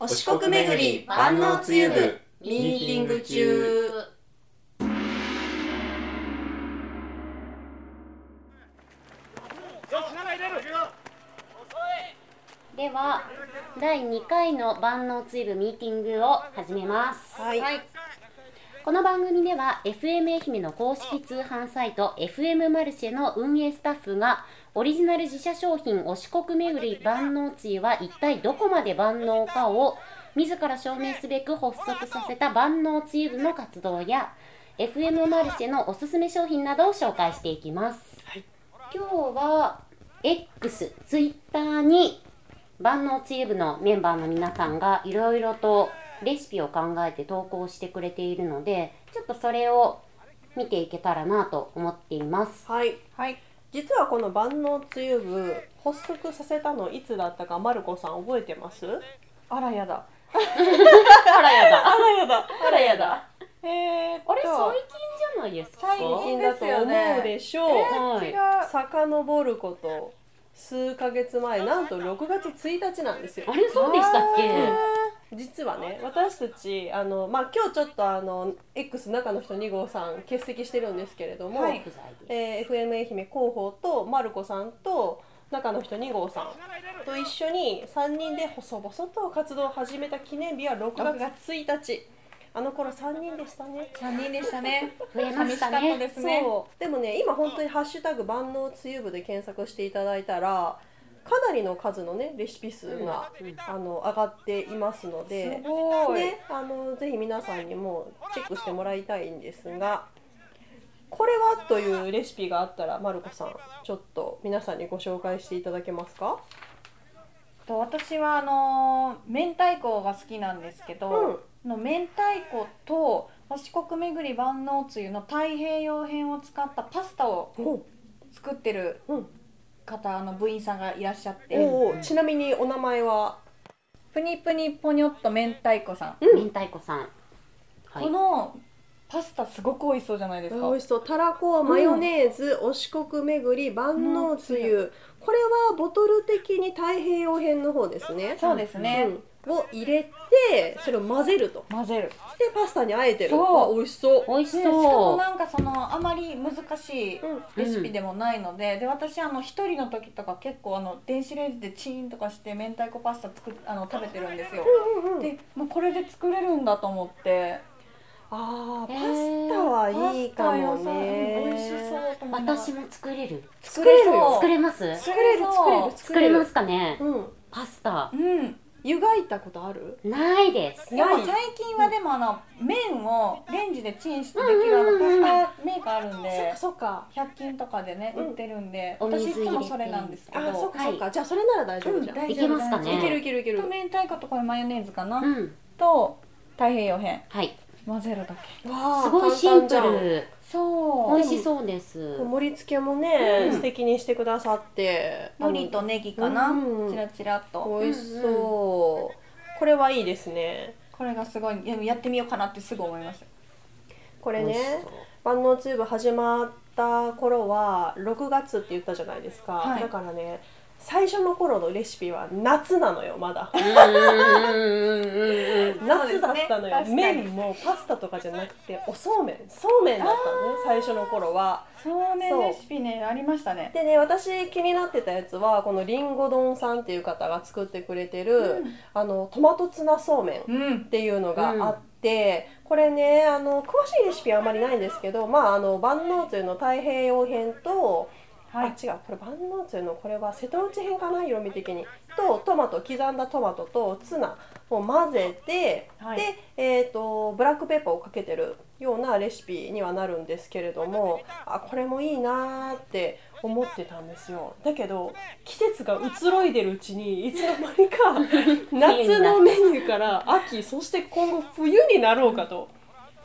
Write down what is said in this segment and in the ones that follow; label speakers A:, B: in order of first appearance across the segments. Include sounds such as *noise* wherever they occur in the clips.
A: お四国巡り万能つゆ部ミーティング中
B: では第2回の万能追部ミーティングを始めます、
C: はい
B: この番組では FM 愛媛の公式通販サイト FM マルシェの運営スタッフがオリジナル自社商品お四国巡り万能つゆは一体どこまで万能かを自ら証明すべく発足させた万能つゆ部の活動や FM マルシェのおすすめ商品などを紹介していきます、今日は X ツイッターに万能チームのメンバーの皆さんがいろいろとレシピを考えて投稿してくれているのでちょっとそれを見ていけたらなと思ってい *laughs* ます
C: はい
A: はい
C: 実はこの万能つゆ部発足させたのいつだったかまる子さん覚えてます
A: あらやだ
B: あらやだ
C: あらやだ
B: あらやだ
C: えーっと
B: あれ最近じゃないですか
C: 最近だと思うでしょう、
B: は
A: 違う
B: い
C: 遡ること数ヶ月前なんと6月1日なんですよ
B: あれそうでしたっけ
C: 実はね私たちあの、まあ、今日ちょっとあの X 中の人2号さん欠席してるんですけれども、
A: はい
B: 不在です
C: えー FM 愛媛広報とまる子さんと中の人2号さんと一緒に3人で細々と活動を始めた記念日は6月1日あの頃3人でしたね。
A: 三人でしたね
B: 増えました
A: 寂しかった
B: ね
A: ですね
C: そうでもね今本当に「ハッシュタグ万能つゆ部」で検索していただいたらかなりの数のねレシピ数が、
B: うん
C: あの上がっていますのです
A: ごい、
C: ね、あのぜひ皆さんにもチェックしてもらいたいんですがこれはというレシピがあったらまるこさんちょっと皆さんにご紹介していただけますか
A: と私はあのー明太子が好きなんですけど、の明太子と四国巡り万能つゆの太平洋編を使ったパスタを
C: お
A: 作ってる
C: うん
A: 方の部員さんがいらっしゃって、
C: おーちなみにお名前は
A: プニプニポニョッと明太子さん、
C: う
B: 明
C: ん
B: 太子さんはい
A: このパスタすごく美味しそうじゃないです
C: 美
A: か
C: 味しそうたらこマヨネーズ、お四国巡り万能つゆこれはボトル的に太平洋編の方ですね
A: そうですね、
C: うんを入れてそれを混ぜると
A: 混ぜる
C: でパスタにあえてる
A: そう
C: あ美味しそう
B: 美味し
A: でしかも
B: そ
A: なんかそのあまり難しい
C: うん
A: レシピでもないので,、で私あの一人の時とか結構あの電子レンジでチーンとかして明太子パスタ作っあの食べてるんですよ、
C: うんうん
A: でもうこれで作れるんだと思って
C: あー
B: え
C: パ
B: ー
C: スタはいいかも
A: パスタ良
C: ね。
A: さうん美味しそうと
B: う
A: 思いながら
B: 私も作れる
C: 作れる
A: そう
B: 作れます
A: 作
C: 作れる作れる
B: 作れますかね
C: うん。
B: パスタ
A: うん
C: 湯がいたことある？
B: ないです
A: でも最近はでもあの麺をレンジでチンしてできるあのパスタメーカーあるん
C: そっ
A: で
C: かそっか。
A: 100均とかでね
C: うん
A: 売ってるんで
B: お
A: 私
B: 水
A: いつもそれなんですけ
C: あ
A: ど
C: ーそっか
B: はい
C: そっか。じゃあそれなら大丈夫じゃん。
A: 大丈夫
B: いけますかね
A: 大丈夫
C: いけるいけるいける
A: と。明太子とこれマヨネーズかな、
B: うん
A: と太平洋編
B: はい
A: 混ぜるだけ
C: わあ
B: すごいシンプ
C: 簡単じ
B: ル
A: そう
B: 美味しそうです
C: ゃん盛り付けもね、
A: うん
C: 素敵にしてくださって。
A: 海苔とネギかな、
C: うん
A: チラチラっ
C: あ
A: と
C: の美味しそう。これはいいですね。
A: これがすごいでもやってみようかなってすぐ思いました
C: こ
B: 美
C: れ
B: 味し
C: ね
B: そう。
C: 万能チューブ始まった頃は6月って言ったじゃないですか、
A: はい
C: だからね最初の頃のレシピは夏なのよまだ
B: うーん
C: 夏だったのよ、
A: そうですね確かに
C: 麺もパスタとかじゃなくておそうめんそうめんだったのね最初の頃は
A: そうめん
C: そう
A: レシピねありましたね
C: でね私気になってたやつはこのりんご丼さんっていう方が作ってくれてる、あのトマトツナそうめん
A: うん
C: っていうのがあって、これねあの詳しいレシピはあんまりないんですけどまああの万能つゆの太平洋編と
A: は
C: あ
A: い
C: 違うこれ万能つゆのこれは瀬戸内編かな色味的にとトマト刻んだトマトとツナを混ぜて、
A: はい
C: で、えー、とブラックペーパーをかけてるようなレシピにはなるんですけれどもあこれもいいなーって思ってたんですよだけど季節が移ろいでるうちにいつの間にか
A: *laughs*
C: 夏のメニューから秋そして今後冬になろうかと。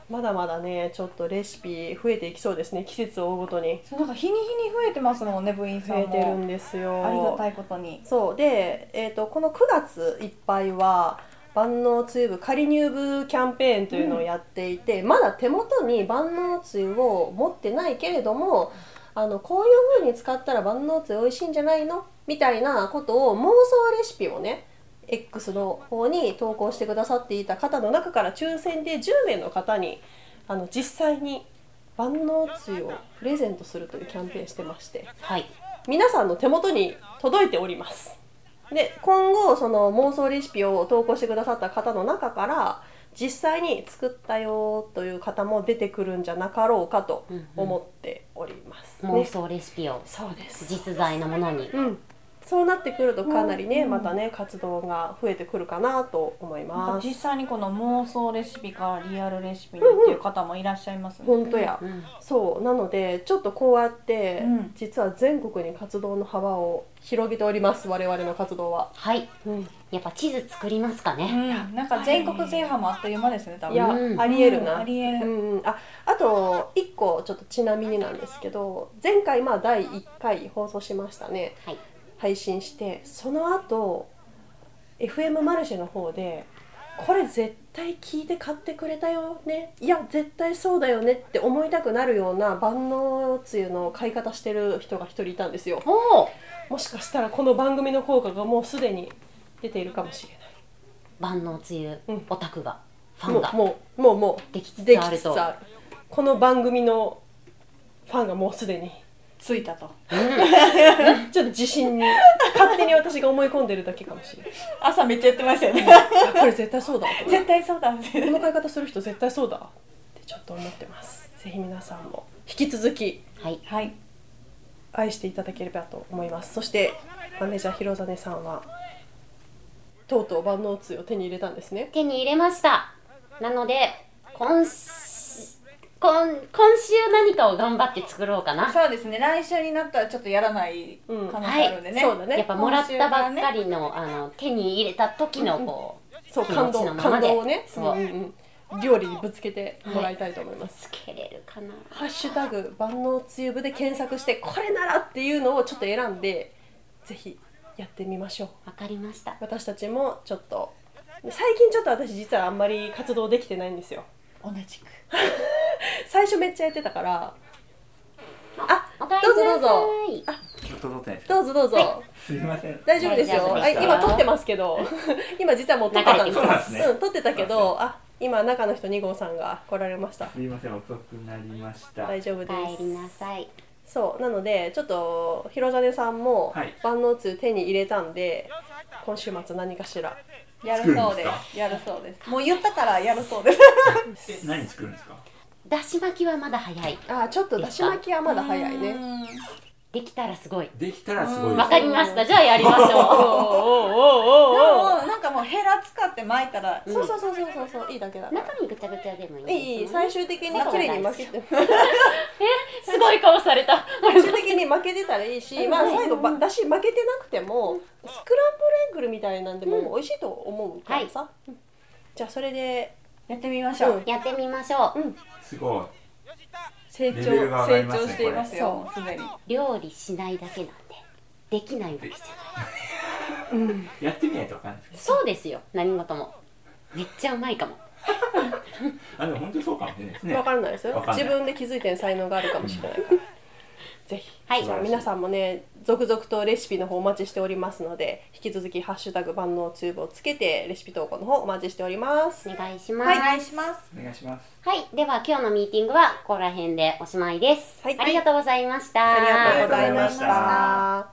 C: まだまだねちょっとレシピ増えていきそうですね季節を追うごとに
A: そうなんか日に日に増えてますもんね部員
C: 増
A: さん
C: え
A: も
C: てるんですよ
A: ありがたいことに
C: そうで、えー、とこの9月いっぱいは万能つゆ部仮入部キャンペーンというのをやっていて、まだ手元に万能つゆを持ってないけれどもあのこういう風に使ったら万能つゆ美味しいんじゃないのみたいなことを妄想レシピをね X の方に投稿してくださっていた方の中から抽選で10名の方にあの実際に万能つゆをプレゼントするというキャンペーンしてまして
B: はい
C: 皆さんの手元に届いておりますで今後その妄想レシピを投稿してくださった方の中から実際に作ったよという方も出てくるんじゃなかろうかと思っております、
B: 妄
C: ね、
B: 想レシピを
C: そうです
B: 実在のものに
C: うん、そうなってくるとかなりね、
A: うん
C: またね活動が増えてくるかなと思い
A: なん
C: ま
A: か
C: す
A: 実際にこの妄想レシピからリアルレシピにっていう方もいらっしゃいますね。
C: 本当や、
B: うん
C: そうなのでちょっとこうやって、
A: うん
C: 実は全国に活動の幅を広げております我々の活動は、
B: はいやっぱ地図作りますか
A: う
B: ね
A: ん、なんか全国制覇もあっという間ですね、多分。
C: いや、
B: うん
C: ありえるな、
A: うんありえ
C: う
A: る。
C: んうん、ああと1個ちょっとちなみになんですけど前回まあ第1回放送しましたね
B: はい
C: 配信してその後 FM マルシェの方で「これ絶対聞いて買ってくれたよねいや絶対そうだよね」って思いたくなるような万能つゆの買い方してる人が一人いたんですよ
B: おー
C: もしかしたらこの番組の効果がもうすでに出ているかもしれない
B: 万能つゆ
C: うん
B: オタクがファンが
C: もうもうもうも
B: できつ
C: う
B: つ
C: で
B: あ
C: き
B: る
C: つつ
B: と
C: あるこの番組のファンがもうすでに
A: ついたと。
C: ちょっと自信に勝手に私が思い込んでるだけかもしれない
A: 朝めっちゃやってましたよね。
C: あこれ絶対そうだと思って
A: *laughs* 絶対そうだって。
C: この買い方する人絶対そうだってちょっと思ってますぜひ皆さんも引き続き
B: はい
A: はい。
C: 愛していただければと思いますそしてマネージャー広実さんはとうとう万能通を手に入れたんですね
B: 手に入れましたなので今し今今週何かを頑張って作ろうかな
A: そうですね。来週になったらちょっとやらない可能性あるんでね。
C: うんはいそうだね
B: やっぱもらったばっかりのあの手に入れた時のこう
C: そう
B: 気持
C: 感
B: ち
C: 動
B: のまま
C: 感
B: で
C: 動をね
B: そうん
C: んうん料理にぶつけてもらいたいと思います、
B: つけれるかな
C: ハッシュタグ万能つゆ部で検索してこれならっていうのをちょっと選んでぜひやってみましょう
B: わかりました
C: 私たちもちょっと最近ちょっと私実はあんまり活動できてないんですよ
A: 同じく。
C: 最初めっちゃやってたからあ
B: おかえり
C: どうぞどうぞ
B: なさい
D: ちょっと撮ってないですか
C: どうぞどうぞ、
D: すいません
C: 大丈夫ですよ
B: 大丈
C: あ
B: 夫です
C: 今撮ってますけど今実はもう撮ってたんです
B: 流れて
D: ます
C: うん、撮ってたけどあ今中の人2号さんが来られました
D: すいません遅くなりました
C: 大丈夫
B: お
C: で
B: かえり
C: す
B: なさい
C: そうなのでちょっと広実さんも
D: はい
C: 万能通手に入れたんで今週末何かしら
A: やる
D: 作る
A: そうんで
D: ですか
A: す。やるそうです。もう言ったからやるそうです。
D: え何作るんですか
B: だし巻きはまだ早い
C: あちょっとだし巻きはまだ早いね
A: うん。
B: できたらすごい
D: できたらすごいで
B: わ
D: す
B: かりましたじゃあやりましょ
A: でもなんかもうヘラ使って巻いたら、
C: そうそうそうそうそうそういいだけだ *laughs*
B: う
C: から
B: 中身ぐちゃぐちゃでもいいです
C: いい最終的に綺麗に負けて
B: すごい顔され
C: *laughs*
B: た
C: 最終的に負けてたらいいし、まあ
B: うん
C: 最後ばだし負けてなくてもスクランブルエッグみたいなんでも美味しいと思うからさ。うんじゃあそれで
A: やってみましょう。
C: うん
B: やってみましょう
D: すごい
A: 成長
D: レベルが上がり
A: 成
D: ますね
A: 長していますよ。もうすでに。
B: 料理しないだけなんでできないわけじゃない
D: やってみないとわかんないです
B: そうですよ何事もめっちゃうまいかも
D: けどあでも本当にそうかもしれないです
C: *laughs*
D: ね
C: わかんないですよ
D: わ。かんない
C: 自分で気づいてる才能があるかもしれないから。ぜひ。
B: はい
D: 素晴らしい
C: 皆さんもね続々とレシピの方お待ちしておりますので引き続き「ハッシュタグ万能チューブ」をつけてレシピ投稿の方お待ちしております。
B: お願いします
A: お願いします。
D: お願いします
B: はい、では今日のミーティングはここら辺でおしまいです。
C: はい
B: ありがとうございました。
C: ありがとうござい
D: ありがとうござい
C: ま
D: ま
C: し
D: したた。